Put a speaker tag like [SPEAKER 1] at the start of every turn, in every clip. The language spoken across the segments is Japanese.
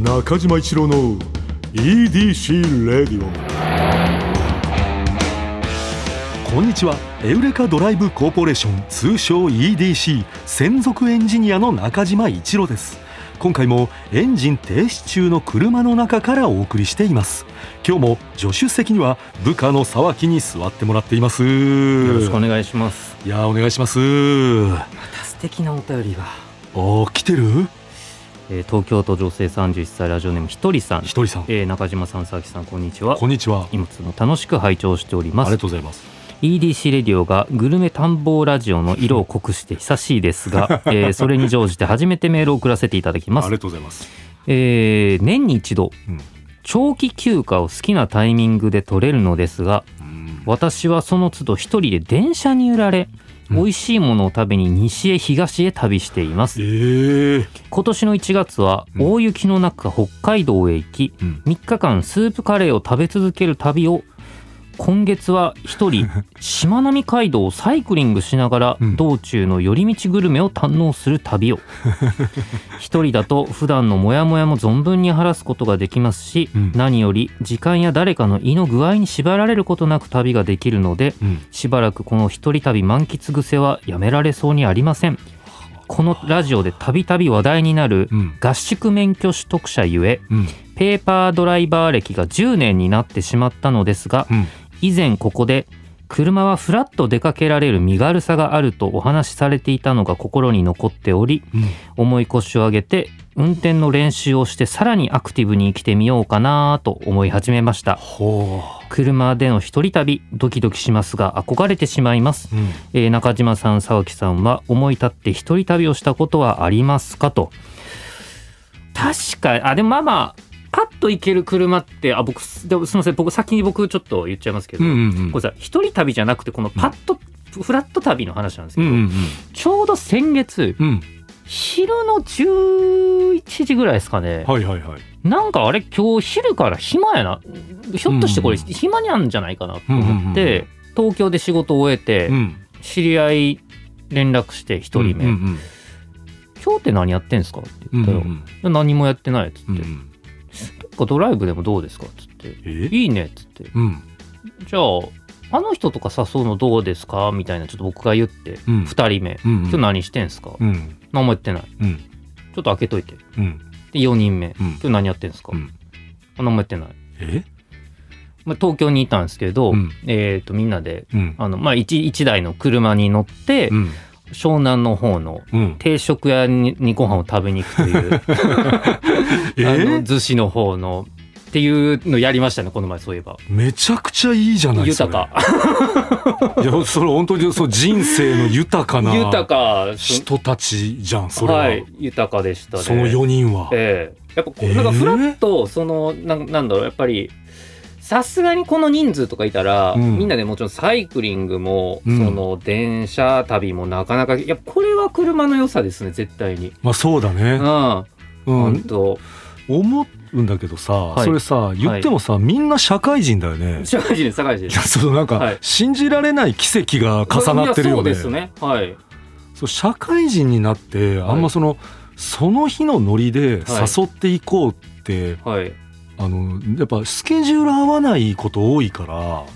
[SPEAKER 1] 中島一郎の EDC レディオこんにちはエウレカドライブコーポレーション通称 EDC 専属エンジニアの中島一郎です今回もエンジン停止中の車の中からお送りしています今日も助手席には部下の沢木に座ってもらっています
[SPEAKER 2] よろしくお願いします
[SPEAKER 1] いやお願いします
[SPEAKER 2] また素敵なお便りが、
[SPEAKER 1] あ来てる
[SPEAKER 2] えー東京都女性31歳ラジオネームひとりさん
[SPEAKER 1] ひとりさん
[SPEAKER 2] えー中島さん佐々木さんこんにちは
[SPEAKER 1] こんにちは
[SPEAKER 2] 今つも楽しく拝聴しており
[SPEAKER 1] あ
[SPEAKER 2] ま
[SPEAKER 1] りが
[SPEAKER 2] す
[SPEAKER 1] とうございます
[SPEAKER 2] EDC レディオがグルメ探訪ラジオの色を濃くして久しいで すが、えーそれに乗じて初めてメールを送らせていただきま
[SPEAKER 1] あ
[SPEAKER 2] す
[SPEAKER 1] りがとうございます
[SPEAKER 2] えー年に一度
[SPEAKER 1] うん
[SPEAKER 2] 長期休暇を好きなタイミングで取れるのですが
[SPEAKER 1] うん
[SPEAKER 2] 私はその都度一人で電車に揺られ
[SPEAKER 1] うん
[SPEAKER 2] 美味しいものを食べに西へ東へ旅しています
[SPEAKER 1] えー
[SPEAKER 2] 今年の1月は
[SPEAKER 1] うん
[SPEAKER 2] 大雪の中北海道へ行き
[SPEAKER 1] うん
[SPEAKER 2] 3日間スープカレーを食べ続ける旅を今月は 一人しまなみ海道をサイクリングしながら
[SPEAKER 1] うん
[SPEAKER 2] 道中の寄り道グルメを堪能する旅 を一人だと普段のモヤモヤも存分に晴らすことができますし、
[SPEAKER 1] うん
[SPEAKER 2] 何より時間や誰かの胃の具合に縛られることなく旅ができるので
[SPEAKER 1] うん
[SPEAKER 2] しばらくこの一人旅満喫癖はやめられそうにありませんこのラジオでたびたび話題になる
[SPEAKER 1] うん
[SPEAKER 2] 合宿免許取得者ゆえ
[SPEAKER 1] うん
[SPEAKER 2] ペーパードライバー歴が10年になってしまったのですが
[SPEAKER 1] うん
[SPEAKER 2] 以前ここで車はふらっと出かけられる身軽さがあるとお話しされていたのが心に残っており
[SPEAKER 1] うん
[SPEAKER 2] 重い腰を上げて運転の練習をしてさらにアクティブに生きてみようかなと思い始めました
[SPEAKER 1] ほ
[SPEAKER 2] 車での一人旅ドキドキしますが憧れてしまいます
[SPEAKER 1] ううん
[SPEAKER 2] えー中島さん沢木さんは思い立って一人旅をしたことはありますかと確かあでもまあまあパッと行ける車ってあ僕すでもすみません僕先に僕ちょっと言っちゃいますけど、
[SPEAKER 1] うんうんうん
[SPEAKER 2] これさ一人旅じゃなくてこのパッと、フラット旅の話なんですけ
[SPEAKER 1] うん
[SPEAKER 2] ど、
[SPEAKER 1] うん
[SPEAKER 2] ちょうど先月
[SPEAKER 1] うんうん
[SPEAKER 2] 昼の11時ぐらいですかね、
[SPEAKER 1] はいはいはい
[SPEAKER 2] なんかあれ今日昼から暇やなひょっとしてこれ暇にゃんじゃないかなと思って、東京で仕事を終えて、
[SPEAKER 1] うん
[SPEAKER 2] 知り合い連絡して1人目、
[SPEAKER 1] うんうん
[SPEAKER 2] 今日って何やってんすか?」って
[SPEAKER 1] う
[SPEAKER 2] 言
[SPEAKER 1] ん
[SPEAKER 2] ったら「何もやってない」っつって、
[SPEAKER 1] うんう
[SPEAKER 2] なん
[SPEAKER 1] ん
[SPEAKER 2] かドライブでもどうですか?」っつって「
[SPEAKER 1] え
[SPEAKER 2] いいね」っつって
[SPEAKER 1] うん
[SPEAKER 2] 「じゃああの人とか誘うのどうですか?」みたいなちょっと僕が言って、
[SPEAKER 1] うん
[SPEAKER 2] 2人目「
[SPEAKER 1] うんうん
[SPEAKER 2] 今日何してんすか
[SPEAKER 1] うん
[SPEAKER 2] 何もやってないち
[SPEAKER 1] うん
[SPEAKER 2] ょっと開けといて」
[SPEAKER 1] うん
[SPEAKER 2] で4人目「
[SPEAKER 1] うん
[SPEAKER 2] 今日何やってんすか
[SPEAKER 1] うん
[SPEAKER 2] あ何もやってない、
[SPEAKER 1] え
[SPEAKER 2] まあ、東京にいたんですけど、
[SPEAKER 1] うん
[SPEAKER 2] えっ、とみんなで
[SPEAKER 1] うん
[SPEAKER 2] あの、まあ、1, 台の車に乗って、
[SPEAKER 1] うん
[SPEAKER 2] 湘南の方の
[SPEAKER 1] うん
[SPEAKER 2] 定食屋ににご飯を食べに行くという
[SPEAKER 1] え
[SPEAKER 2] あの逗子の方のっていうのやりましたねこの前そういえば
[SPEAKER 1] めちゃくちゃいいじゃない
[SPEAKER 2] 豊か
[SPEAKER 1] かいやそれ本当にそう人生の豊かな
[SPEAKER 2] 豊かそ
[SPEAKER 1] 人たちじゃんそれは、
[SPEAKER 2] はい豊かでしたね
[SPEAKER 1] その4人は、
[SPEAKER 2] ええやっぱこう
[SPEAKER 1] ええ
[SPEAKER 2] なんかフラッとそのなんなんだろうやっぱりさすがにこの人数とかいたら、
[SPEAKER 1] うん
[SPEAKER 2] みんなでもちろんサイクリングも、
[SPEAKER 1] うん
[SPEAKER 2] その電車旅もなかなかいやこれは車の良さですね絶対に
[SPEAKER 1] まあそうだ
[SPEAKER 2] うん
[SPEAKER 1] ね、う
[SPEAKER 2] 本
[SPEAKER 1] ん、
[SPEAKER 2] 当
[SPEAKER 1] 思うんだけどさ、
[SPEAKER 2] い
[SPEAKER 1] それさ言ってもさ、みんな社会人だよね
[SPEAKER 2] 社会人です社会人
[SPEAKER 1] い
[SPEAKER 2] で
[SPEAKER 1] や
[SPEAKER 2] す
[SPEAKER 1] そのなんか、
[SPEAKER 2] はい
[SPEAKER 1] 信じられない奇跡が重なってるよね
[SPEAKER 2] いやそうですねはい
[SPEAKER 1] そう社会人になって
[SPEAKER 2] はい
[SPEAKER 1] あんまその、その日のノリで
[SPEAKER 2] はい
[SPEAKER 1] 誘っていこうって、
[SPEAKER 2] はい
[SPEAKER 1] あのやっぱスケジュール合わないこと多いか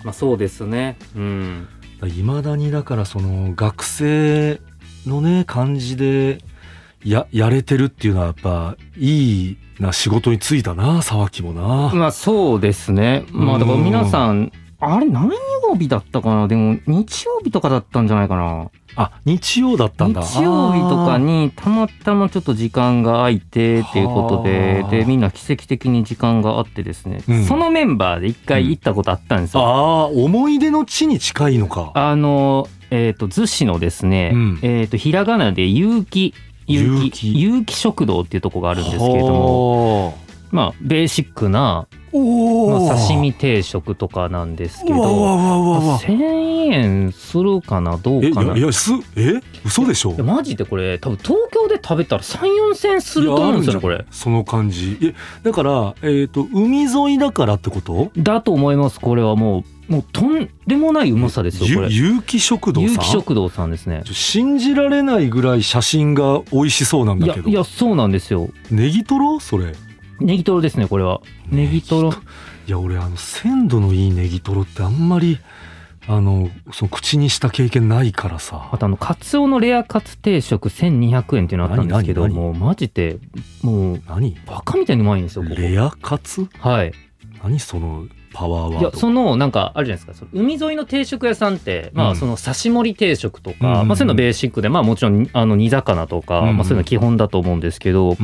[SPEAKER 2] まあそうですねうん
[SPEAKER 1] らいまだにだからその学生のね感じでややれてるっていうのはやっぱいいな仕事に就いたな沢木もな、
[SPEAKER 2] まあそうですね。まあだから皆さん、あれ何曜日だったかなでも日曜日とかだったんじゃないかな
[SPEAKER 1] あ日曜だったんだ
[SPEAKER 2] 日曜日とかにたまたまちょっと時間が空いてっていうことで
[SPEAKER 1] は、あ
[SPEAKER 2] で、みんな奇跡的に時間があってですね、
[SPEAKER 1] うん
[SPEAKER 2] そのメンバーで一回行ったことあったんです
[SPEAKER 1] あー
[SPEAKER 2] よ。
[SPEAKER 1] あー思い出の地に近いのか
[SPEAKER 2] あの、えっ、と、逗子のですね、
[SPEAKER 1] うん
[SPEAKER 2] えっ、と、ひらがなで有機、有
[SPEAKER 1] 有
[SPEAKER 2] 機、
[SPEAKER 1] 機
[SPEAKER 2] 有機食堂っていうとこがあるんですけれども、
[SPEAKER 1] も
[SPEAKER 2] まあ、ベーシックな、ま
[SPEAKER 1] おお、
[SPEAKER 2] あ、刺身定食とかなんですけ
[SPEAKER 1] うわう
[SPEAKER 2] ど、
[SPEAKER 1] わうわうわうわ
[SPEAKER 2] 1000円するかなど
[SPEAKER 1] え
[SPEAKER 2] う
[SPEAKER 1] い
[SPEAKER 2] かな
[SPEAKER 1] やいやすえ嘘でしょ
[SPEAKER 2] いやマジでこれ多分東京で食べたら34000円すると思うんですよねこ
[SPEAKER 1] いやあ
[SPEAKER 2] れ
[SPEAKER 1] るんじゃんその感じえだからえっ、と海沿いだからってこと
[SPEAKER 2] だと思いますこれはもうもうとんでもないうまさですよこ
[SPEAKER 1] ゆ
[SPEAKER 2] れ
[SPEAKER 1] 有機食堂さん
[SPEAKER 2] 有機食堂さんですね
[SPEAKER 1] ちょ信じられないぐらい写真が美味しそうなん
[SPEAKER 2] い
[SPEAKER 1] だ
[SPEAKER 2] や
[SPEAKER 1] けど
[SPEAKER 2] いやそうなんですよ
[SPEAKER 1] ネギトロそれ
[SPEAKER 2] ネギトロですねこれはネギトロ
[SPEAKER 1] いや俺あの鮮度のいいネギトロってあんまりあのその口にした経験ないから
[SPEAKER 2] あ
[SPEAKER 1] さ
[SPEAKER 2] とあのカツオのレアカツ定食1200円っていうのあったんですけど
[SPEAKER 1] 何何
[SPEAKER 2] もうマジでもう
[SPEAKER 1] 何
[SPEAKER 2] バカみたいにうまいんですよここ
[SPEAKER 1] レアカツ
[SPEAKER 2] はい
[SPEAKER 1] 何そのパワーワ
[SPEAKER 2] いや
[SPEAKER 1] ード
[SPEAKER 2] そのなんかあるじゃないですかその海沿いの定食屋さんって、
[SPEAKER 1] う
[SPEAKER 2] まあ、
[SPEAKER 1] ん
[SPEAKER 2] その刺し盛り定食と
[SPEAKER 1] うんうん
[SPEAKER 2] か、
[SPEAKER 1] うん
[SPEAKER 2] まあ、そういうのベーシックで、まあ、もちろんあの煮魚とか、
[SPEAKER 1] うんうん
[SPEAKER 2] まあ、そういうの基本だと思うんですけど
[SPEAKER 1] うん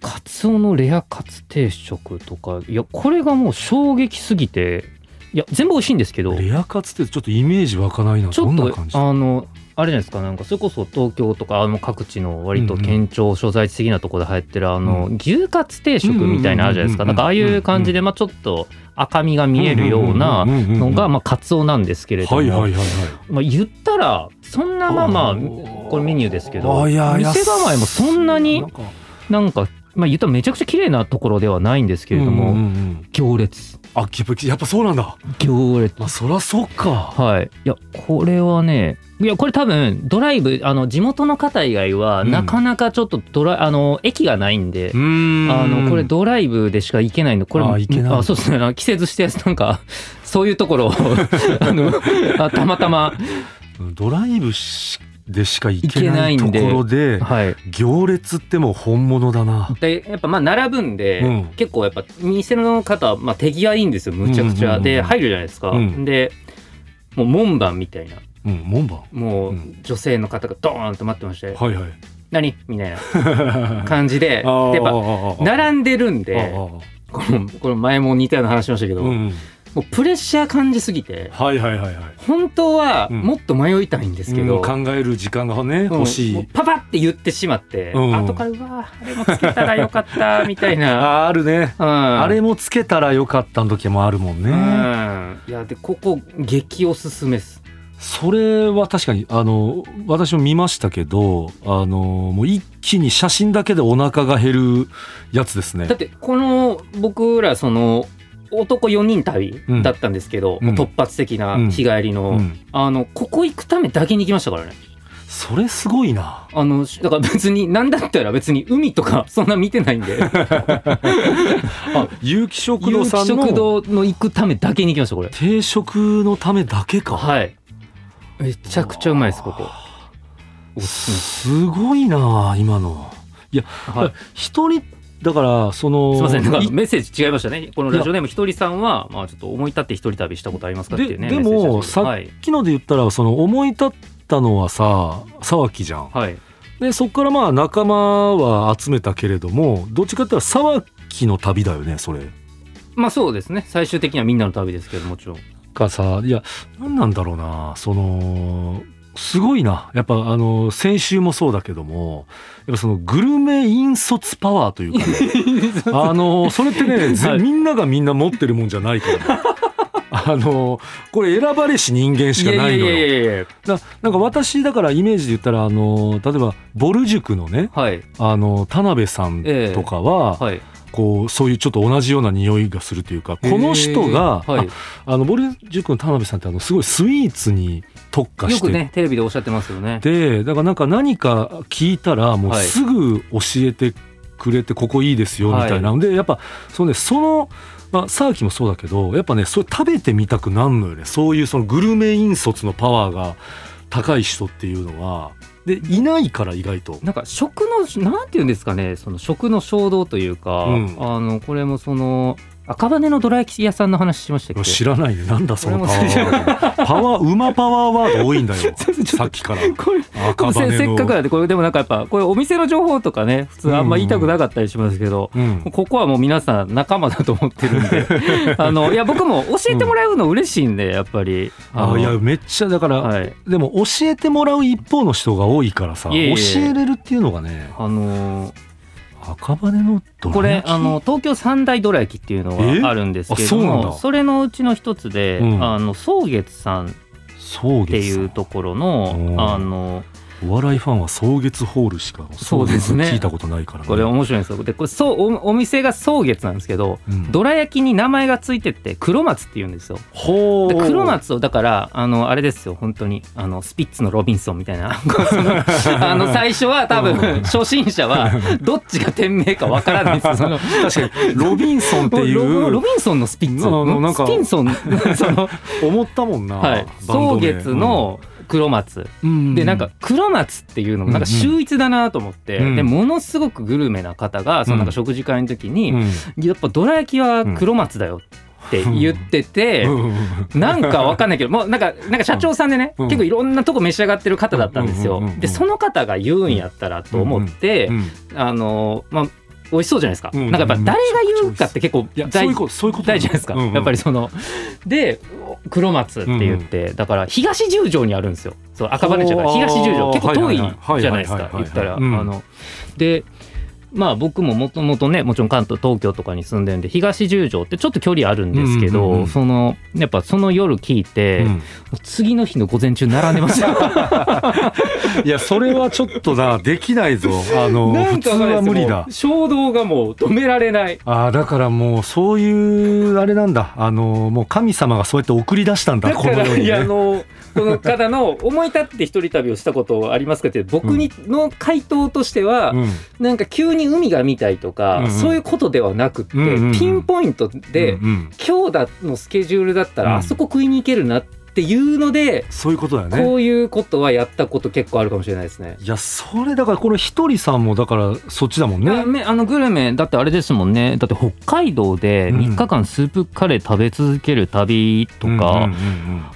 [SPEAKER 2] カツオのレアカツ定食とかいやこれがもう衝撃すぎていや全部美味しいんですけど
[SPEAKER 1] レアカツってちょっとイメージ湧かないな
[SPEAKER 2] ちょ
[SPEAKER 1] ど
[SPEAKER 2] っ
[SPEAKER 1] ん
[SPEAKER 2] と
[SPEAKER 1] な感じ
[SPEAKER 2] あのあれじゃないですかなんかそれこそ東京とかあの各地の割と
[SPEAKER 1] うんうん
[SPEAKER 2] 県庁所在地的なところで流行ってるあの牛カツ定食みたいなのあるじゃないですか
[SPEAKER 1] うんううんう
[SPEAKER 2] なん
[SPEAKER 1] ん
[SPEAKER 2] んかああいう感じでまあちょっと赤みが見えるようなのがまあカツオなんですけれど
[SPEAKER 1] はいはいはい
[SPEAKER 2] も
[SPEAKER 1] はい
[SPEAKER 2] まあ言ったらそんなまあまあこれメニューですけど
[SPEAKER 1] あいやいや
[SPEAKER 2] 店構えもそんなに
[SPEAKER 1] んか
[SPEAKER 2] なんかまあ言ったらめちゃくちゃ綺麗なところではないんですけれ
[SPEAKER 1] う
[SPEAKER 2] ど
[SPEAKER 1] んうん
[SPEAKER 2] も
[SPEAKER 1] うん
[SPEAKER 2] 行列
[SPEAKER 1] あやっぱやっぱそうなんだ
[SPEAKER 2] 行列
[SPEAKER 1] まあそらそうか
[SPEAKER 2] はい、いやこれはねいやこれ多分ドライブあの地元の方以外は
[SPEAKER 1] うん
[SPEAKER 2] なかなかちょっとドラ、あの駅がないんで
[SPEAKER 1] う。ーん
[SPEAKER 2] あのこれドライブでしか行けないのこれ
[SPEAKER 1] あー行けない
[SPEAKER 2] あそうですねあの季節してなんかそういうところ をあのあたまたま
[SPEAKER 1] ドライブしでしか行け
[SPEAKER 2] 行け
[SPEAKER 1] な
[SPEAKER 2] ないい
[SPEAKER 1] と
[SPEAKER 2] ん
[SPEAKER 1] こ
[SPEAKER 2] で
[SPEAKER 1] ろで
[SPEAKER 2] はい
[SPEAKER 1] 行列ってもう本物だな
[SPEAKER 2] でやっぱまあ並ぶんで、
[SPEAKER 1] うん
[SPEAKER 2] 結構やっぱ店の方、まあ、手際いいんですよむちゃくちゃ、
[SPEAKER 1] うんうんうんうん
[SPEAKER 2] で入るじゃないですか、
[SPEAKER 1] うん
[SPEAKER 2] でもう門番みたいな
[SPEAKER 1] うん門番
[SPEAKER 2] もう
[SPEAKER 1] うん
[SPEAKER 2] 女性の方がドーンと待ってまして「
[SPEAKER 1] はいはい
[SPEAKER 2] 何?」みたいな
[SPEAKER 1] あ
[SPEAKER 2] 感じで、で
[SPEAKER 1] ー
[SPEAKER 2] やっぱ並んでる
[SPEAKER 1] あ
[SPEAKER 2] ん
[SPEAKER 1] ー
[SPEAKER 2] で、
[SPEAKER 1] あー
[SPEAKER 2] このこの前も似たような話しましたけど、
[SPEAKER 1] うんうん
[SPEAKER 2] もうプレッシャー感じすぎて、
[SPEAKER 1] はいはいはいはい
[SPEAKER 2] 本当は
[SPEAKER 1] うん
[SPEAKER 2] もっと迷いたいんですけ
[SPEAKER 1] う
[SPEAKER 2] ど、
[SPEAKER 1] ん考える時間がね
[SPEAKER 2] うん
[SPEAKER 1] 欲し
[SPEAKER 2] も
[SPEAKER 1] いう
[SPEAKER 2] パパって言ってしまって、
[SPEAKER 1] うん
[SPEAKER 2] 後からうわーあれもつけたらよかったみたい
[SPEAKER 1] あ
[SPEAKER 2] な、
[SPEAKER 1] ーあるね
[SPEAKER 2] うん、
[SPEAKER 1] あれもつけたらよかったの時もあるもん
[SPEAKER 2] う
[SPEAKER 1] ね
[SPEAKER 2] んいやでここ激おすすめです。
[SPEAKER 1] それは確かにあの私も見ましたけどあのもう一気に写真だけでお腹が減るやつですね
[SPEAKER 2] だってこの僕らその男4人旅だったんですけど、
[SPEAKER 1] うん
[SPEAKER 2] もう突発的な日帰りの、
[SPEAKER 1] うん
[SPEAKER 2] あのここ行くためだけに行きましたからね。
[SPEAKER 1] それすごいな
[SPEAKER 2] あの、しだから別に、なんだったら別に海とか そんな見てないん で、
[SPEAKER 1] あ有機食
[SPEAKER 2] 有
[SPEAKER 1] 堂
[SPEAKER 2] 機
[SPEAKER 1] さん
[SPEAKER 2] 食
[SPEAKER 1] の
[SPEAKER 2] 堂の行くためだけに行きました、これ。
[SPEAKER 1] 定食のためだけか、
[SPEAKER 2] はい。めちゃくちゃうまいです、ここ。おすす
[SPEAKER 1] すごいな今の
[SPEAKER 2] め。 はい、
[SPEAKER 1] 一人だからその
[SPEAKER 2] すいません、なんか
[SPEAKER 1] い
[SPEAKER 2] メッセージ違いましたね。このラジオネームひとりさんは、まあちょっと思い立って一人旅したことありますかっていうね。
[SPEAKER 1] で
[SPEAKER 2] メッセ
[SPEAKER 1] で
[SPEAKER 2] ージ
[SPEAKER 1] も
[SPEAKER 2] だったんです
[SPEAKER 1] 昨日で言ったらその思い立ったのはさ沢木じゃん
[SPEAKER 2] けどはい。はい。
[SPEAKER 1] でそこからまあ仲間は集めたけれどもどっちかって言ったら沢木の旅だよねそれ
[SPEAKER 2] まあそうですね。最終的にはみんなの旅ですけど、もちろん。
[SPEAKER 1] がさいや何なんだろうなそのすごいなやっぱあの先週もそうだけどもやっぱそのグルメ引率パワーというか ねあのそれってね、ぜ
[SPEAKER 2] はい
[SPEAKER 1] みんながみんな持ってるもんじゃないから、 ね、あのこれ選ばれし人間しかないの
[SPEAKER 2] いやい
[SPEAKER 1] よ
[SPEAKER 2] やいやいや
[SPEAKER 1] ななんか私だからイメージで言ったらあの例えばボル塾のね
[SPEAKER 2] はい。
[SPEAKER 1] あの田辺さんとかは、
[SPEAKER 2] はい。
[SPEAKER 1] こうそういうちょっと同じような匂いがするというかこの人が、
[SPEAKER 2] はい、
[SPEAKER 1] あのボル塾の田辺さんってあのすごいスイーツに特化
[SPEAKER 2] よ
[SPEAKER 1] して
[SPEAKER 2] く
[SPEAKER 1] て、
[SPEAKER 2] ね、テレビでおっしゃってますよね。
[SPEAKER 1] だからなんか何か聞いたらもう
[SPEAKER 2] はい
[SPEAKER 1] すぐ教えてくれてここいいですよみたいなので、やっぱその,、ね、そのまあ、サーキもそうだけどやっぱねそれ食べてみたくなるのよねそういうそのグルメ引率のパワーが高い人っていうのはでいないから意外と。
[SPEAKER 2] なんか食のなんていうんですかねその食の衝動というか、
[SPEAKER 1] うん
[SPEAKER 2] あのこれもその赤羽のどら焼き屋さんの話しましたっけ
[SPEAKER 1] 知らないねなんだそのパワ
[SPEAKER 2] 俺も知
[SPEAKER 1] ーワードパワー馬パワーワード多いんだよ
[SPEAKER 2] ちょっと
[SPEAKER 1] さっきから
[SPEAKER 2] これ
[SPEAKER 1] 赤羽の
[SPEAKER 2] せせっかくなんでこれでもなんかやっぱこれお店の情報とかね普通あんま言いたくなかったりしますけど、
[SPEAKER 1] うん、
[SPEAKER 2] ここはもう皆さん仲間だと思ってるんで あのいや僕も教えてもらうの嬉しいんでやっぱり
[SPEAKER 1] あ
[SPEAKER 2] の
[SPEAKER 1] いやめっちゃだから、
[SPEAKER 2] はい
[SPEAKER 1] でも教えてもらう一方の人が多いからさ
[SPEAKER 2] いえいえ
[SPEAKER 1] 教えれるっていうのがね
[SPEAKER 2] あの
[SPEAKER 1] 赤羽のど
[SPEAKER 2] こ
[SPEAKER 1] ら
[SPEAKER 2] れ
[SPEAKER 1] 焼き
[SPEAKER 2] あの東京三大どら焼きっていうの
[SPEAKER 1] え
[SPEAKER 2] があるんですけれど
[SPEAKER 1] あそうなん
[SPEAKER 2] も
[SPEAKER 1] だ
[SPEAKER 2] それのうちの一つで、
[SPEAKER 1] うん
[SPEAKER 2] あの宗月さん
[SPEAKER 1] そう
[SPEAKER 2] って
[SPEAKER 1] です
[SPEAKER 2] いうところの
[SPEAKER 1] うん
[SPEAKER 2] あの
[SPEAKER 1] お笑いファンは草月ホールしか
[SPEAKER 2] そうですね
[SPEAKER 1] 聞いたことないから、ね、
[SPEAKER 2] これ面白いんですよでこれそうおお店が宗月なんですけど
[SPEAKER 1] うん
[SPEAKER 2] どら焼きに名前がついてって黒松って言うんですよ
[SPEAKER 1] ほ
[SPEAKER 2] で
[SPEAKER 1] う
[SPEAKER 2] 黒 松をだからあのあれですよ本当にあのスピッツのロビンソンみたいな そのあの最初は 多
[SPEAKER 1] う
[SPEAKER 2] 分
[SPEAKER 1] ん
[SPEAKER 2] 初心者はどっちが店名かわからないんですよその
[SPEAKER 1] 確かにロビンソンってい
[SPEAKER 2] ロロ
[SPEAKER 1] う
[SPEAKER 2] ビンソンのスピッ ツ
[SPEAKER 1] あのなんか
[SPEAKER 2] スピンソンその、
[SPEAKER 1] 思ったもんな、
[SPEAKER 2] はい、
[SPEAKER 1] バンド
[SPEAKER 2] 宗
[SPEAKER 1] 名
[SPEAKER 2] 月、の黒松、
[SPEAKER 1] うん
[SPEAKER 2] でなんか黒松っていうのもなんか秀逸だなと思って、
[SPEAKER 1] うん
[SPEAKER 2] でものすごくグルメな方がそのなんか食事会の時に、やっぱどら焼きは黒松だよって言ってて、
[SPEAKER 1] うんうん
[SPEAKER 2] なんかわかん ないけどもうなんかなんか社長さんでね、
[SPEAKER 1] うん
[SPEAKER 2] 結構いろんなとこ召し上がってる方だったんですよ、
[SPEAKER 1] うんうんうんうん
[SPEAKER 2] でその方が言うんやったらと思って、
[SPEAKER 1] うん
[SPEAKER 2] あのまあ美味しそうじゃないですか、
[SPEAKER 1] うん
[SPEAKER 2] なんかやっぱ誰が言うかって結構
[SPEAKER 1] いやそう
[SPEAKER 2] 大
[SPEAKER 1] いうことそういうこと
[SPEAKER 2] 大事じゃないですか、やっぱりそので黒松って言って、だから東十条にあるんですよそう赤羽町が
[SPEAKER 1] ほう
[SPEAKER 2] 東十条結構遠い
[SPEAKER 1] はいはいはい
[SPEAKER 2] じゃないです
[SPEAKER 1] はい
[SPEAKER 2] か
[SPEAKER 1] はいはい
[SPEAKER 2] 言ったら、
[SPEAKER 1] うん
[SPEAKER 2] あのでまあ僕ももともとねもちろん関東東京とかに住んでるんで東十条ってちょっと距離あるんですけ
[SPEAKER 1] う
[SPEAKER 2] ど、
[SPEAKER 1] んうんうん
[SPEAKER 2] そのやっぱその夜聞いて、
[SPEAKER 1] うん
[SPEAKER 2] もう次の日の午前中並んでま した
[SPEAKER 1] いやそれはちょっとなできないぞあの
[SPEAKER 2] な
[SPEAKER 1] 普
[SPEAKER 2] ん
[SPEAKER 1] 通
[SPEAKER 2] かわかんな
[SPEAKER 1] は
[SPEAKER 2] いですよ
[SPEAKER 1] 無理だ
[SPEAKER 2] もう衝動がもう止められない
[SPEAKER 1] ああだからもうそういうあれなんだあのもう神様がそうやって送り出したんだ
[SPEAKER 2] だ
[SPEAKER 1] こ
[SPEAKER 2] か
[SPEAKER 1] の
[SPEAKER 2] ら、
[SPEAKER 1] 世に
[SPEAKER 2] いやあ
[SPEAKER 1] ね
[SPEAKER 2] のこの方の思い立って一人旅をしたことはありますかって僕に、の回答としては、
[SPEAKER 1] うん
[SPEAKER 2] なんか急に海が見たいとか、
[SPEAKER 1] うんうん
[SPEAKER 2] そういうことではなくって、
[SPEAKER 1] うんうんうん
[SPEAKER 2] ピンポイントで、
[SPEAKER 1] うんうん
[SPEAKER 2] 今日だのスケジュールだった
[SPEAKER 1] うん
[SPEAKER 2] らあそこ食いに行けるなっていうので、
[SPEAKER 1] そういうことだよね
[SPEAKER 2] こういうことはやったこと結構あるかもしれないですね。
[SPEAKER 1] いやそれだからこのひとりさんもだからそっちだもんね
[SPEAKER 2] あめあのグルメだってあれですもんねだって北海道で
[SPEAKER 1] うん
[SPEAKER 2] 3日間スープカレー食べ続ける旅と
[SPEAKER 1] う
[SPEAKER 2] か
[SPEAKER 1] ん、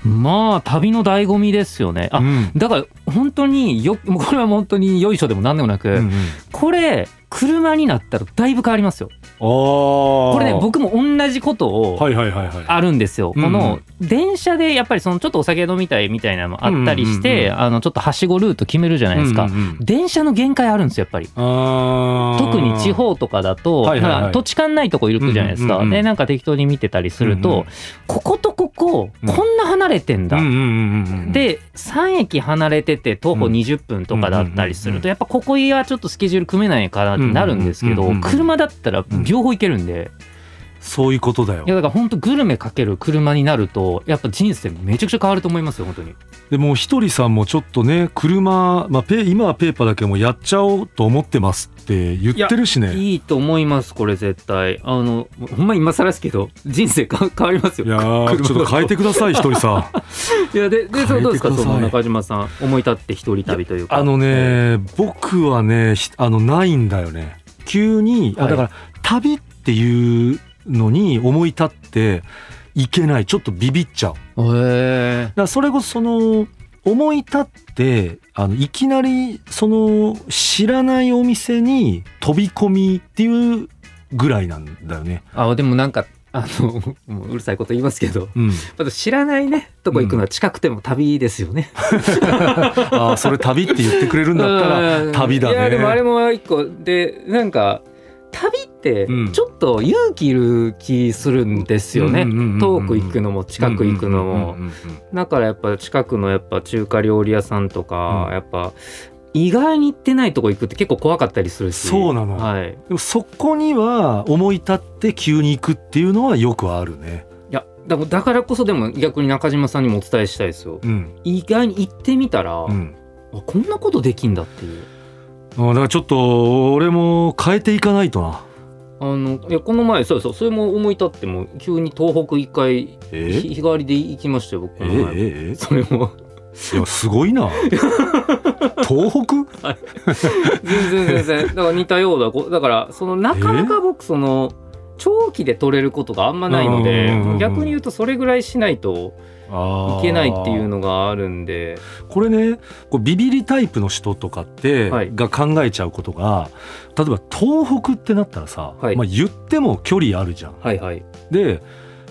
[SPEAKER 1] うんうん
[SPEAKER 2] まあ旅の醍醐味ですよね。あ
[SPEAKER 1] うん
[SPEAKER 2] だから本当によ もうこれは本当によいしょでも何でもなく、
[SPEAKER 1] うんうん
[SPEAKER 2] これ車になったらだいぶ変わりますよ。
[SPEAKER 1] あこ
[SPEAKER 2] これね僕も同じことを
[SPEAKER 1] はいはいはいはい
[SPEAKER 2] あるんですよ、
[SPEAKER 1] うん
[SPEAKER 2] この電車でやっぱりそのちょっとお酒飲みたいみたいなのもあったりして、
[SPEAKER 1] うんうんうん
[SPEAKER 2] あのちょっとはしごルート決めるじゃないですか、
[SPEAKER 1] うんうんうん
[SPEAKER 2] 電車の限界あるんですよやっぱり
[SPEAKER 1] あー
[SPEAKER 2] 特に地方とかだと、
[SPEAKER 1] はいはいはい
[SPEAKER 2] まあ土地勘ないとこいるじゃないですか、
[SPEAKER 1] うんうんうん
[SPEAKER 2] でなんか適当に見てたりすると、
[SPEAKER 1] うんうん
[SPEAKER 2] こことここ
[SPEAKER 1] うん
[SPEAKER 2] こんな離れてんだ、
[SPEAKER 1] うんうんうんうんうん
[SPEAKER 2] で3駅離れてて徒歩
[SPEAKER 1] うん
[SPEAKER 2] 20分とかだったりする
[SPEAKER 1] うんうんうんう
[SPEAKER 2] とやっぱここはちょっとスケジュール組めないかなってなるんですけ
[SPEAKER 1] うんうん
[SPEAKER 2] ど
[SPEAKER 1] うんうん
[SPEAKER 2] 車だったら両方行けるんで
[SPEAKER 1] そういうことだよ
[SPEAKER 2] いやだから本当グルメかける車になるとやっぱ人生めちゃくちゃ変わると思いますよ本当に
[SPEAKER 1] でもうひとりさんもちょっとね車、まあ、ペ今はペーパーだけどもやっちゃおうと思ってますって言ってるしね
[SPEAKER 2] いいと思いますこれ絶対あのほんま今更ですけど人生か変わりますよ
[SPEAKER 1] いやー
[SPEAKER 2] 車
[SPEAKER 1] ちょっと変えてくださいひとりさん
[SPEAKER 2] いやでで
[SPEAKER 1] 変え
[SPEAKER 2] そ
[SPEAKER 1] て
[SPEAKER 2] うどうですか
[SPEAKER 1] くだ
[SPEAKER 2] そ
[SPEAKER 1] さい
[SPEAKER 2] の中島さん思い立って一人旅というか
[SPEAKER 1] あのね僕はねひあのないんだよね急に、あ
[SPEAKER 2] はい
[SPEAKER 1] だから旅っていうのに思い立っていけないちょっとビビっちゃうだか
[SPEAKER 2] へえ
[SPEAKER 1] らそれこそその思い立ってあのいきなりその知らないお店に飛び込みっていうぐらいなんだよね、
[SPEAKER 2] あでもなんかあの もううるさいこと言いますけど
[SPEAKER 1] うん、
[SPEAKER 2] まだ知らないねとこ行くのは近くても旅ですよね。
[SPEAKER 1] ああそれ旅って言ってくれるん だったら
[SPEAKER 2] うん
[SPEAKER 1] 旅だね
[SPEAKER 2] いやでもあれも一個でなんか旅って
[SPEAKER 1] うん
[SPEAKER 2] ちょっと勇気いる気するんですよね。
[SPEAKER 1] うんうんうんうん
[SPEAKER 2] 遠く行くのも近く行くのも
[SPEAKER 1] うんうんうんうん
[SPEAKER 2] だからやっぱ近くのやっぱ中華料理屋さんとか、
[SPEAKER 1] うん
[SPEAKER 2] やっぱ意外に行ってないとこ行くって結構怖かったりするし
[SPEAKER 1] そうなの
[SPEAKER 2] はい、い
[SPEAKER 1] でもそこには思い立って急に行くっていうのはよくあるね。
[SPEAKER 2] やだだからこそでも逆に中島さんにもお伝えしたいですよ
[SPEAKER 1] うん、
[SPEAKER 2] 意外に行ってみたら、
[SPEAKER 1] うん、
[SPEAKER 2] あこんなことできんだっていう
[SPEAKER 1] あだからちょっと俺も変えていかないとな。
[SPEAKER 2] あのいやこの前そうそうそれも思い立っても急に東北一回
[SPEAKER 1] え
[SPEAKER 2] 日日替わりで行きましたよ僕
[SPEAKER 1] え
[SPEAKER 2] この前
[SPEAKER 1] ええ
[SPEAKER 2] それも
[SPEAKER 1] いやすごい な。東北？
[SPEAKER 2] 全然全然だから似たようだこだからそのなかなか僕その長期で取れることがあんまないので
[SPEAKER 1] うんうんうんうん
[SPEAKER 2] 逆に言うとそれぐらいしないと
[SPEAKER 1] あ
[SPEAKER 2] いけないっていうのがあるんで
[SPEAKER 1] これねこうビビリタイプの人とかって、
[SPEAKER 2] はい
[SPEAKER 1] が考えちゃうことが例えば東北ってなったらさ、
[SPEAKER 2] はい
[SPEAKER 1] まあ、言っても距離あるじゃん。
[SPEAKER 2] はいはい
[SPEAKER 1] で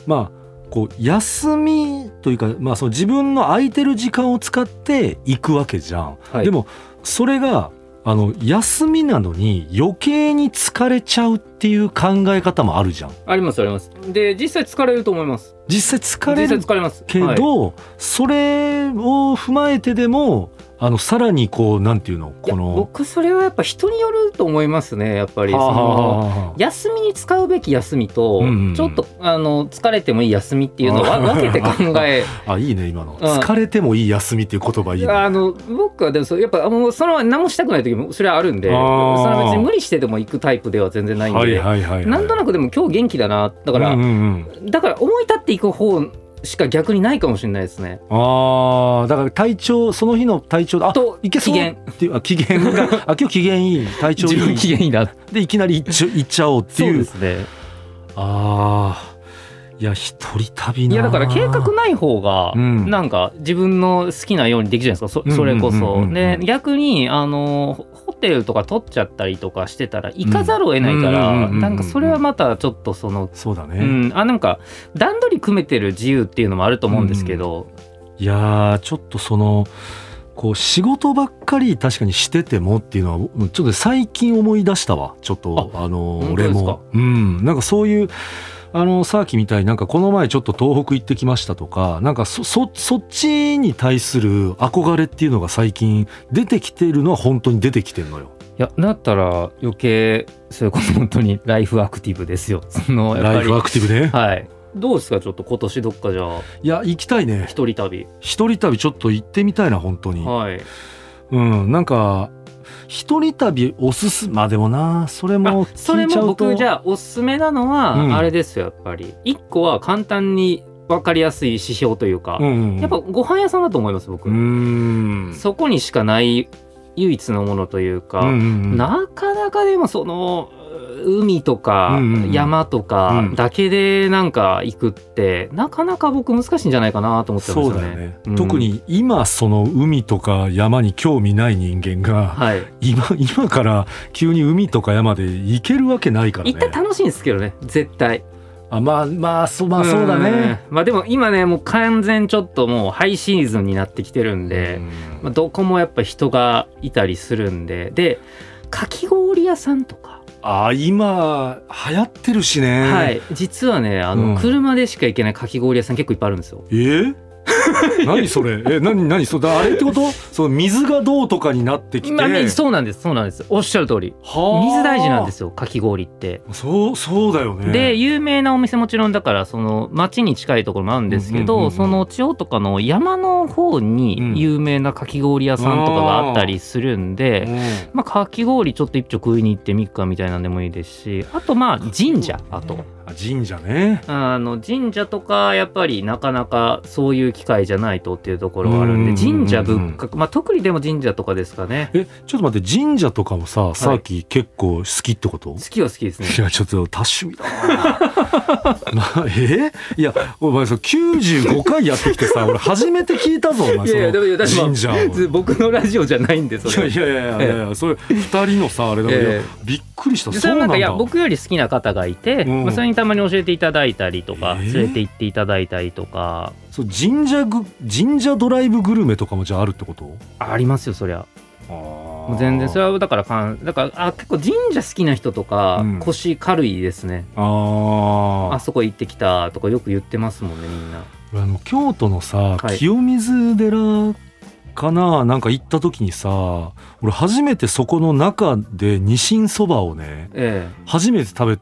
[SPEAKER 1] まあこう休みというか、まあ、その自分の空いてる時間を使って行くわけじゃん。
[SPEAKER 2] はい
[SPEAKER 1] でもそれがあの休みなのに余計に疲れちゃうっていう考え方もあるじゃん。
[SPEAKER 2] ありますありますで実際疲れると思います
[SPEAKER 1] 実際疲れ
[SPEAKER 2] 実際
[SPEAKER 1] る
[SPEAKER 2] 疲れます
[SPEAKER 1] け
[SPEAKER 2] はい
[SPEAKER 1] ど、それを踏まえてでもあのさらにこうなんていうの
[SPEAKER 2] いや
[SPEAKER 1] この
[SPEAKER 2] 僕それはやっぱ人によると思いますねやっぱりそ
[SPEAKER 1] はあはあ
[SPEAKER 2] の
[SPEAKER 1] はあはあ
[SPEAKER 2] 休みに使うべき休みと、
[SPEAKER 1] うんうん
[SPEAKER 2] ちょっとあの疲れてもいい休みっていうのを わ分けて考え
[SPEAKER 1] あいいね今の、
[SPEAKER 2] うん
[SPEAKER 1] 疲れてもいい休みっていう言葉いいね
[SPEAKER 2] あの僕はでもそうやっぱもうそのまま何もしたくない時もそれはあるんで
[SPEAKER 1] あ
[SPEAKER 2] そ
[SPEAKER 1] ー
[SPEAKER 2] の別に無理してでも行くタイプでは全然ないんで、
[SPEAKER 1] はいはいはい、はい、
[SPEAKER 2] なんとなくでも今日元気だなだから、
[SPEAKER 1] うんうんうん
[SPEAKER 2] だから思い立っていく方しか逆にないかもしれないですね。
[SPEAKER 1] ああだから体調その日の体調あ
[SPEAKER 2] と
[SPEAKER 1] いけそう
[SPEAKER 2] 機嫌
[SPEAKER 1] っていうあ機嫌があ今日機嫌いい体調いい
[SPEAKER 2] 嫌いいな
[SPEAKER 1] でいきなり行っちゃ行っちゃおうって
[SPEAKER 2] そう
[SPEAKER 1] い
[SPEAKER 2] で
[SPEAKER 1] う
[SPEAKER 2] すね。
[SPEAKER 1] ああいや一人旅
[SPEAKER 2] い
[SPEAKER 1] な
[SPEAKER 2] やだから計画ない方が
[SPEAKER 1] うん
[SPEAKER 2] なんか自分の好きなようにできるじゃないですかそそれこ
[SPEAKER 1] うんうんうんう
[SPEAKER 2] そ。
[SPEAKER 1] ん
[SPEAKER 2] で逆にあのホホテルとか取っちゃったりとかしてたら行かざるを得ないか
[SPEAKER 1] うんうんうんうん
[SPEAKER 2] ら
[SPEAKER 1] うん
[SPEAKER 2] なんかそれはまたちょっとその。
[SPEAKER 1] そうだね、
[SPEAKER 2] うん、あなんか段取り組めてる自由っていうのもあると思うんですけど、
[SPEAKER 1] いやーちょっとそのこう仕事ばっかり確かにしててもっていうのはうんちょっと最近思い出したわちょっとあの
[SPEAKER 2] 本当
[SPEAKER 1] 俺
[SPEAKER 2] ですか
[SPEAKER 1] もうんなんかそういうあのサーキみたいになんかこの前ちょっと東北行ってきましたとかなんかそそそっちに対する憧れっていうのが最近出てきてるのは本当に出てきてるのよ
[SPEAKER 2] いやだったら余計それこそ本当にライフアクティブですよそのやっ
[SPEAKER 1] ラ
[SPEAKER 2] ぱ
[SPEAKER 1] イ
[SPEAKER 2] り
[SPEAKER 1] フアクティブね
[SPEAKER 2] はいどうですかちょっと今年どっかじゃあ
[SPEAKER 1] いや行きたいね
[SPEAKER 2] 一人旅
[SPEAKER 1] 一人旅ちょっと行ってみたいな本当に
[SPEAKER 2] はい
[SPEAKER 1] うんなんか一人旅おすすまあでもなそれも
[SPEAKER 2] あそ
[SPEAKER 1] 聞
[SPEAKER 2] れ
[SPEAKER 1] いちゃ
[SPEAKER 2] も
[SPEAKER 1] うと
[SPEAKER 2] 僕じゃあおすすめなのは、
[SPEAKER 1] うん
[SPEAKER 2] あれですよやっぱり一個は簡単に分かりやすい指標というか、
[SPEAKER 1] うんうんうん
[SPEAKER 2] やっぱご飯屋さんだと思います僕、
[SPEAKER 1] うーん
[SPEAKER 2] そこにしかない唯一のものというか、
[SPEAKER 1] うんうんうん
[SPEAKER 2] なかなかでもその海とか
[SPEAKER 1] うんうんうん
[SPEAKER 2] 山とかだけでなんか行くって、なかなか僕難しいんじゃないかなと思ってたんで
[SPEAKER 1] そう
[SPEAKER 2] すよ
[SPEAKER 1] だ
[SPEAKER 2] ね。
[SPEAKER 1] よね、
[SPEAKER 2] うん
[SPEAKER 1] 特に今その海とか山に興味ない人間が、
[SPEAKER 2] はい、
[SPEAKER 1] 今今から急に海とか山で行けるわけないからね
[SPEAKER 2] 行ったら楽しいんですけどね絶対
[SPEAKER 1] あまあまあそ,、まあ、そうだね
[SPEAKER 2] んまあでも今ねもう完全ちょっともうハイシーズンになってきてるんで、まあ、どこもやっぱ人がいたりするんででかき氷屋さんとか、
[SPEAKER 1] ああ今流行ってるしね、
[SPEAKER 2] はい実はねあ
[SPEAKER 1] う
[SPEAKER 2] の、
[SPEAKER 1] ん
[SPEAKER 2] 車でしか行けないかき氷屋さん結構いっぱいあるんですよ
[SPEAKER 1] え ー何それえ何何それあれってことその水がどうとかになってきて、
[SPEAKER 2] まあねそうなんですそうなんですおっしゃる通り
[SPEAKER 1] はあ
[SPEAKER 2] 水大事なんですよかき氷って。
[SPEAKER 1] そうそうだよね
[SPEAKER 2] で有名なお店もちろんだからその町に近いところもあるんですけど、
[SPEAKER 1] うんうんうんうん
[SPEAKER 2] その千代とかの山の方
[SPEAKER 1] うん
[SPEAKER 2] に有名なかき氷屋さんとかがあったりするんで、
[SPEAKER 1] うん
[SPEAKER 2] まあ、かき氷ちょっと一丁食いに行ってみっかみたいなんでもいいですしあとまあ神社あと
[SPEAKER 1] あ神社ね
[SPEAKER 2] あの神社とかやっぱりなかなかそういう機会じゃないとっていうところはあるんで
[SPEAKER 1] うんうんうんうん
[SPEAKER 2] 神社仏閣、まあ、特にでも神社とかですかね
[SPEAKER 1] えちょっと待って神社とかもささっき結構好きってこと、
[SPEAKER 2] 好
[SPEAKER 1] い、
[SPEAKER 2] きは好きですね
[SPEAKER 1] やちょっと多趣味だなな えいやお前さ95回やってきてさ俺初めて聞いたぞお前
[SPEAKER 2] いやい
[SPEAKER 1] その
[SPEAKER 2] やでも私も
[SPEAKER 1] 神社を
[SPEAKER 2] 僕のラジオじゃないんでそ
[SPEAKER 1] いや
[SPEAKER 2] れ
[SPEAKER 1] いやいやいやいやそれ二人のさあれだけど、
[SPEAKER 2] ええ
[SPEAKER 1] いやびっくりした
[SPEAKER 2] 実
[SPEAKER 1] そ
[SPEAKER 2] は
[SPEAKER 1] うな
[SPEAKER 2] なん
[SPEAKER 1] ん
[SPEAKER 2] か
[SPEAKER 1] だ
[SPEAKER 2] いや僕より好きな方がいて、
[SPEAKER 1] うん
[SPEAKER 2] まあ、それにたまに教えていただいたりとか、
[SPEAKER 1] えー
[SPEAKER 2] 連れて行っていただいたりとか
[SPEAKER 1] そう神社ぐ神社ドライブグルメとかもじゃああるってこと
[SPEAKER 2] ありますよそりゃ
[SPEAKER 1] あ
[SPEAKER 2] もう全然そ
[SPEAKER 1] れ
[SPEAKER 2] れはだからかんだからあ結構神社好きな人とか、
[SPEAKER 1] うん
[SPEAKER 2] 腰軽いですね
[SPEAKER 1] あ
[SPEAKER 2] あ
[SPEAKER 1] あ
[SPEAKER 2] そこ行ってきたとかよく言ってますもんねみんな
[SPEAKER 1] 俺あの京都のさ、
[SPEAKER 2] はい
[SPEAKER 1] 清水寺かななんか行った時にさ俺初めてそこの中でニシンそばをね
[SPEAKER 2] え
[SPEAKER 1] 初めて食べ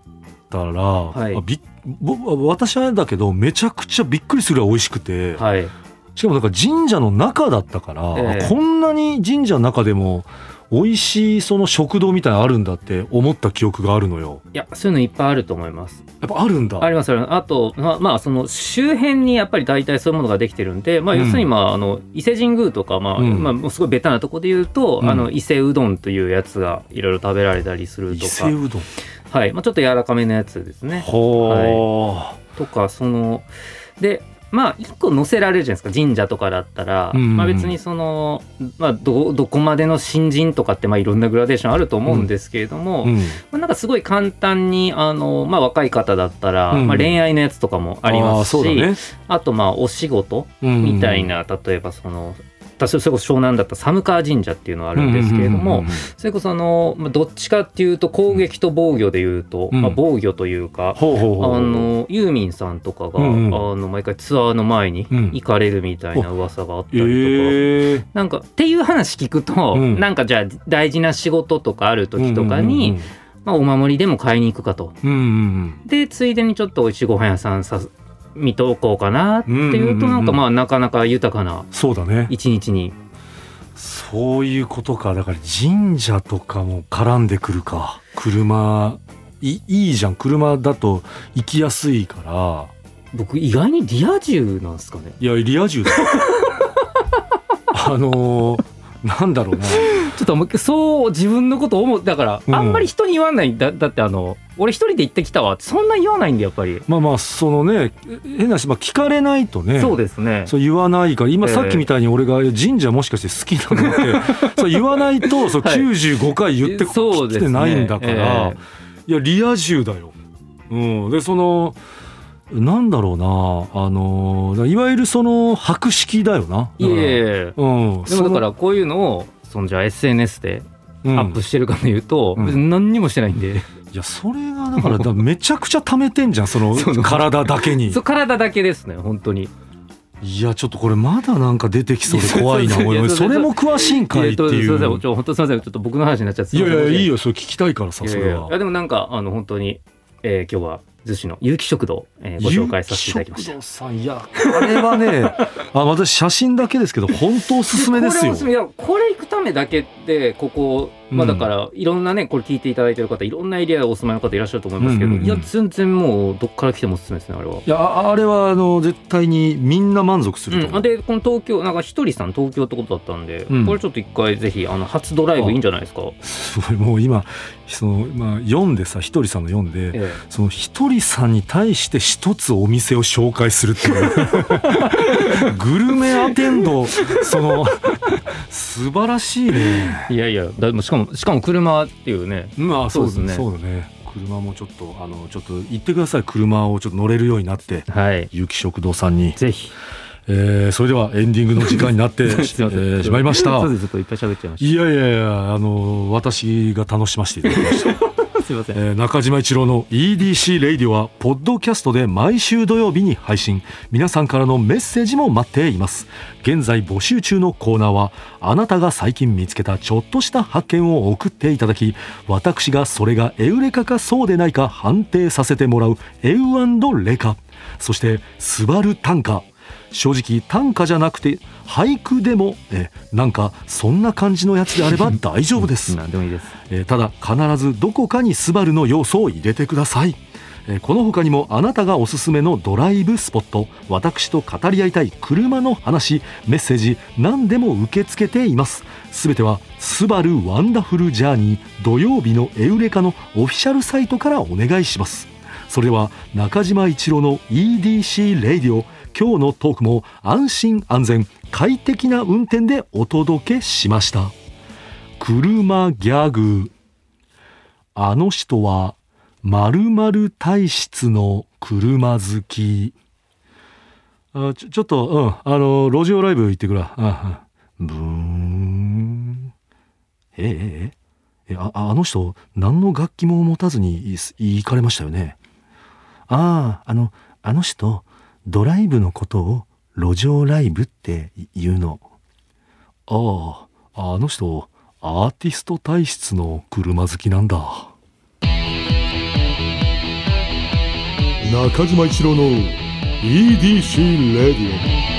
[SPEAKER 1] たら、
[SPEAKER 2] い
[SPEAKER 1] あびっぼ私はだけどめちゃくちゃびっくりするぐらい美味しくて、
[SPEAKER 2] えはい
[SPEAKER 1] しかもなんか神社の中だったから、
[SPEAKER 2] ええ
[SPEAKER 1] あこんなに神社の中でも美味しいその食堂みたいなのあるんだって思った記憶があるのよ
[SPEAKER 2] いやそういうのいっぱいあると思います
[SPEAKER 1] やっぱあるんだ
[SPEAKER 2] ありますありますあとまあまあその周辺にやっぱり大体そういうものができてるんでまあ
[SPEAKER 1] うん
[SPEAKER 2] 要するにまああの伊勢神宮とかまあ、
[SPEAKER 1] うん
[SPEAKER 2] まあもうすごいベタなとこで言うと、
[SPEAKER 1] うん
[SPEAKER 2] あの伊勢うどんというやつがいろいろ食べられたりする
[SPEAKER 1] 伊
[SPEAKER 2] と
[SPEAKER 1] 勢
[SPEAKER 2] か
[SPEAKER 1] うどん
[SPEAKER 2] はいまあちょっと柔らかめのやつですね
[SPEAKER 1] ほー、
[SPEAKER 2] とかそのでまあ1個載せられるじゃないですか神社とかだったら、
[SPEAKER 1] うんうんうん
[SPEAKER 2] まあ、別にその、まあ、どどこまでの新人とかってまあいろんなグラデーションあると思うんですけれども、ま
[SPEAKER 1] うん
[SPEAKER 2] あ、なんかすごい簡単にあの、まあ、若い方だったら、
[SPEAKER 1] うん
[SPEAKER 2] まあ、恋愛のやつとかもありますし
[SPEAKER 1] ーそうだ
[SPEAKER 2] あ,、
[SPEAKER 1] ね
[SPEAKER 2] とまあお仕事
[SPEAKER 1] み
[SPEAKER 2] みたいな、例えばそのったそれこそ湘南だった寒川神社っていうのはあるんですけれど
[SPEAKER 1] うんう
[SPEAKER 2] も、
[SPEAKER 1] んうんうん
[SPEAKER 2] それこそあの、まあ、どっちかっていうと攻撃と防御でいうと、
[SPEAKER 1] うん
[SPEAKER 2] まあ、防御というか、
[SPEAKER 1] ほうほうほう
[SPEAKER 2] あのユーミンさんとかが、
[SPEAKER 1] うんうん
[SPEAKER 2] あの毎回ツアーの前に
[SPEAKER 1] うん
[SPEAKER 2] 行かれるみたいな噂があったりとか、
[SPEAKER 1] ええ
[SPEAKER 2] なんかっていう話聞くと、
[SPEAKER 1] うん
[SPEAKER 2] なんかじゃあ大事な仕事とかある時とかに、
[SPEAKER 1] うん
[SPEAKER 2] まあ、お守りでも買いに行くかと。
[SPEAKER 1] うんうん
[SPEAKER 2] でついでにちょっと美味しいご飯屋さんさ見とこうかなっていうと、
[SPEAKER 1] うんうんうんうん
[SPEAKER 2] なんかまあなかなか豊かな
[SPEAKER 1] そうだね
[SPEAKER 2] 一日に
[SPEAKER 1] そういうことかだから神社とかも絡んでくるか車いいいじゃん車だと行きやすいから
[SPEAKER 2] 僕意外にリア充なんですかね
[SPEAKER 1] いやリア 充だあのーなんだろうな
[SPEAKER 2] ちょっともうそう自分のこと思うだから、
[SPEAKER 1] うん
[SPEAKER 2] あんまり人に言わないだだってあの俺一人で行ってきたわってそんな言わないんでやっぱり、
[SPEAKER 1] まあまあそのね変な話、まあ、聞かれないとね
[SPEAKER 2] そうですね
[SPEAKER 1] そう言わないから今
[SPEAKER 2] ええ
[SPEAKER 1] さっきみたいに俺が神社もしかして好きなの ってそう言わないとそう
[SPEAKER 2] はい
[SPEAKER 1] 95回言って
[SPEAKER 2] そう
[SPEAKER 1] き
[SPEAKER 2] で
[SPEAKER 1] て
[SPEAKER 2] すね
[SPEAKER 1] ないんだか
[SPEAKER 2] え
[SPEAKER 1] ら
[SPEAKER 2] え
[SPEAKER 1] いやリア充だよ。うん、でそのなんだろうなあのいわゆるその博識だよな。
[SPEAKER 2] いえいえ
[SPEAKER 1] うん、
[SPEAKER 2] でもだからこういうのをそのじゃあ SNS で
[SPEAKER 1] そ
[SPEAKER 2] ア
[SPEAKER 1] の、うん
[SPEAKER 2] ップしてるかというと、
[SPEAKER 1] うん
[SPEAKER 2] 別に何にもしてないんで、
[SPEAKER 1] いやそれがだからだめちゃくちゃ溜めてんじゃんその
[SPEAKER 2] その
[SPEAKER 1] 体だけに
[SPEAKER 2] そう体だけですね本当に
[SPEAKER 1] いやちょっとこれまだなんか出てきそうで怖いな
[SPEAKER 2] いや
[SPEAKER 1] おいおい
[SPEAKER 2] そうそう
[SPEAKER 1] それも詳しいんかい
[SPEAKER 2] え
[SPEAKER 1] っ
[SPEAKER 2] ってとす
[SPEAKER 1] い
[SPEAKER 2] みません
[SPEAKER 1] う
[SPEAKER 2] ちょ本当すみませんちょっと僕の話になっちゃって
[SPEAKER 1] いやいやいい
[SPEAKER 2] よ
[SPEAKER 1] よそれ聞きたいからさ
[SPEAKER 2] いや
[SPEAKER 1] そ
[SPEAKER 2] い
[SPEAKER 1] れ
[SPEAKER 2] や
[SPEAKER 1] はい
[SPEAKER 2] やでもなんかあの本当に、えー今日は逗子の有機食堂、えーご紹介させていただきました
[SPEAKER 1] 有機食堂さんいやあれはねあ私写真だけですけど本当おすすめです
[SPEAKER 2] これ
[SPEAKER 1] よ
[SPEAKER 2] おすすめいやこれ行くためだけでここ、まあ、
[SPEAKER 1] うん
[SPEAKER 2] だからいろんなねこれ聞いていただいてる方いろんなエリアでお住まいの方いらっしゃると思いますけど、
[SPEAKER 1] うんうんうん
[SPEAKER 2] いや全然もうどっから来てもおすすめですねあれは。
[SPEAKER 1] いやああれはあの絶対にみんな満足すると思
[SPEAKER 2] う、
[SPEAKER 1] うん
[SPEAKER 2] でこの東京なんかひとりさん東京ってことだったんで、
[SPEAKER 1] うん
[SPEAKER 2] これちょっと一回ぜひあの初ドライブいいんじゃないですか。
[SPEAKER 1] すごいもう今その、まあ、読んでさひとりさんの読んで
[SPEAKER 2] え
[SPEAKER 1] そのひとりさんに対して一つお店を紹介するっていう グルメアテンドその素晴らしいね
[SPEAKER 2] えいやいやだしかもしかも車っていうね
[SPEAKER 1] まあ
[SPEAKER 2] そうですね
[SPEAKER 1] そうだね車もちょっとあのちょっと行ってください車をちょっと乗れるようになって
[SPEAKER 2] はい
[SPEAKER 1] 有機食堂さんに、
[SPEAKER 2] ぜひ
[SPEAKER 1] えーそれではエンディングの時間になって、え
[SPEAKER 2] すいません
[SPEAKER 1] ーしまいました
[SPEAKER 2] そうですちょっといっぱい喋っちゃいまし
[SPEAKER 1] いやいやいやあの私が楽しませていただきました
[SPEAKER 2] たすいません
[SPEAKER 1] えー中島一郎の EDC レイディオはポッドキャストで毎週土曜日に配信皆さんからのメッセージも待っています現在募集中のコーナーはあなたが最近見つけたちょっとした発見を送っていただき私がそれがエウレカかそうでないか判定させてもらうエウレカそしてスバル短歌正直短歌じゃなくて俳句でもえなんかそんな感じのやつであれば大丈夫です
[SPEAKER 2] なんでもいいです
[SPEAKER 1] えーただ必ずどこかにスバルの要素を入れてください、えーこの他にもあなたがおすすめのドライブスポット私と語り合いたい車の話メッセージ何でも受け付けていますすべては「スバルワンダフルジャーニー土曜日のエウレカ」のオフィシャルサイトからお願いしますそれでは中島一郎の EDC レイディオ今日のトークも安心安全快適な運転でお届けしました車ギャグあの人は〇〇体質の車好きあちょちょっとうんあの路上ライブ行ってくらあうんブーンえええええああの人何の楽器も持たずにい行かれましたよねあああのあの人ドライブのことを路上ライブって言うのあああの人アーティスト体質の車好きなんだ
[SPEAKER 3] 中島一郎の EDC レディオ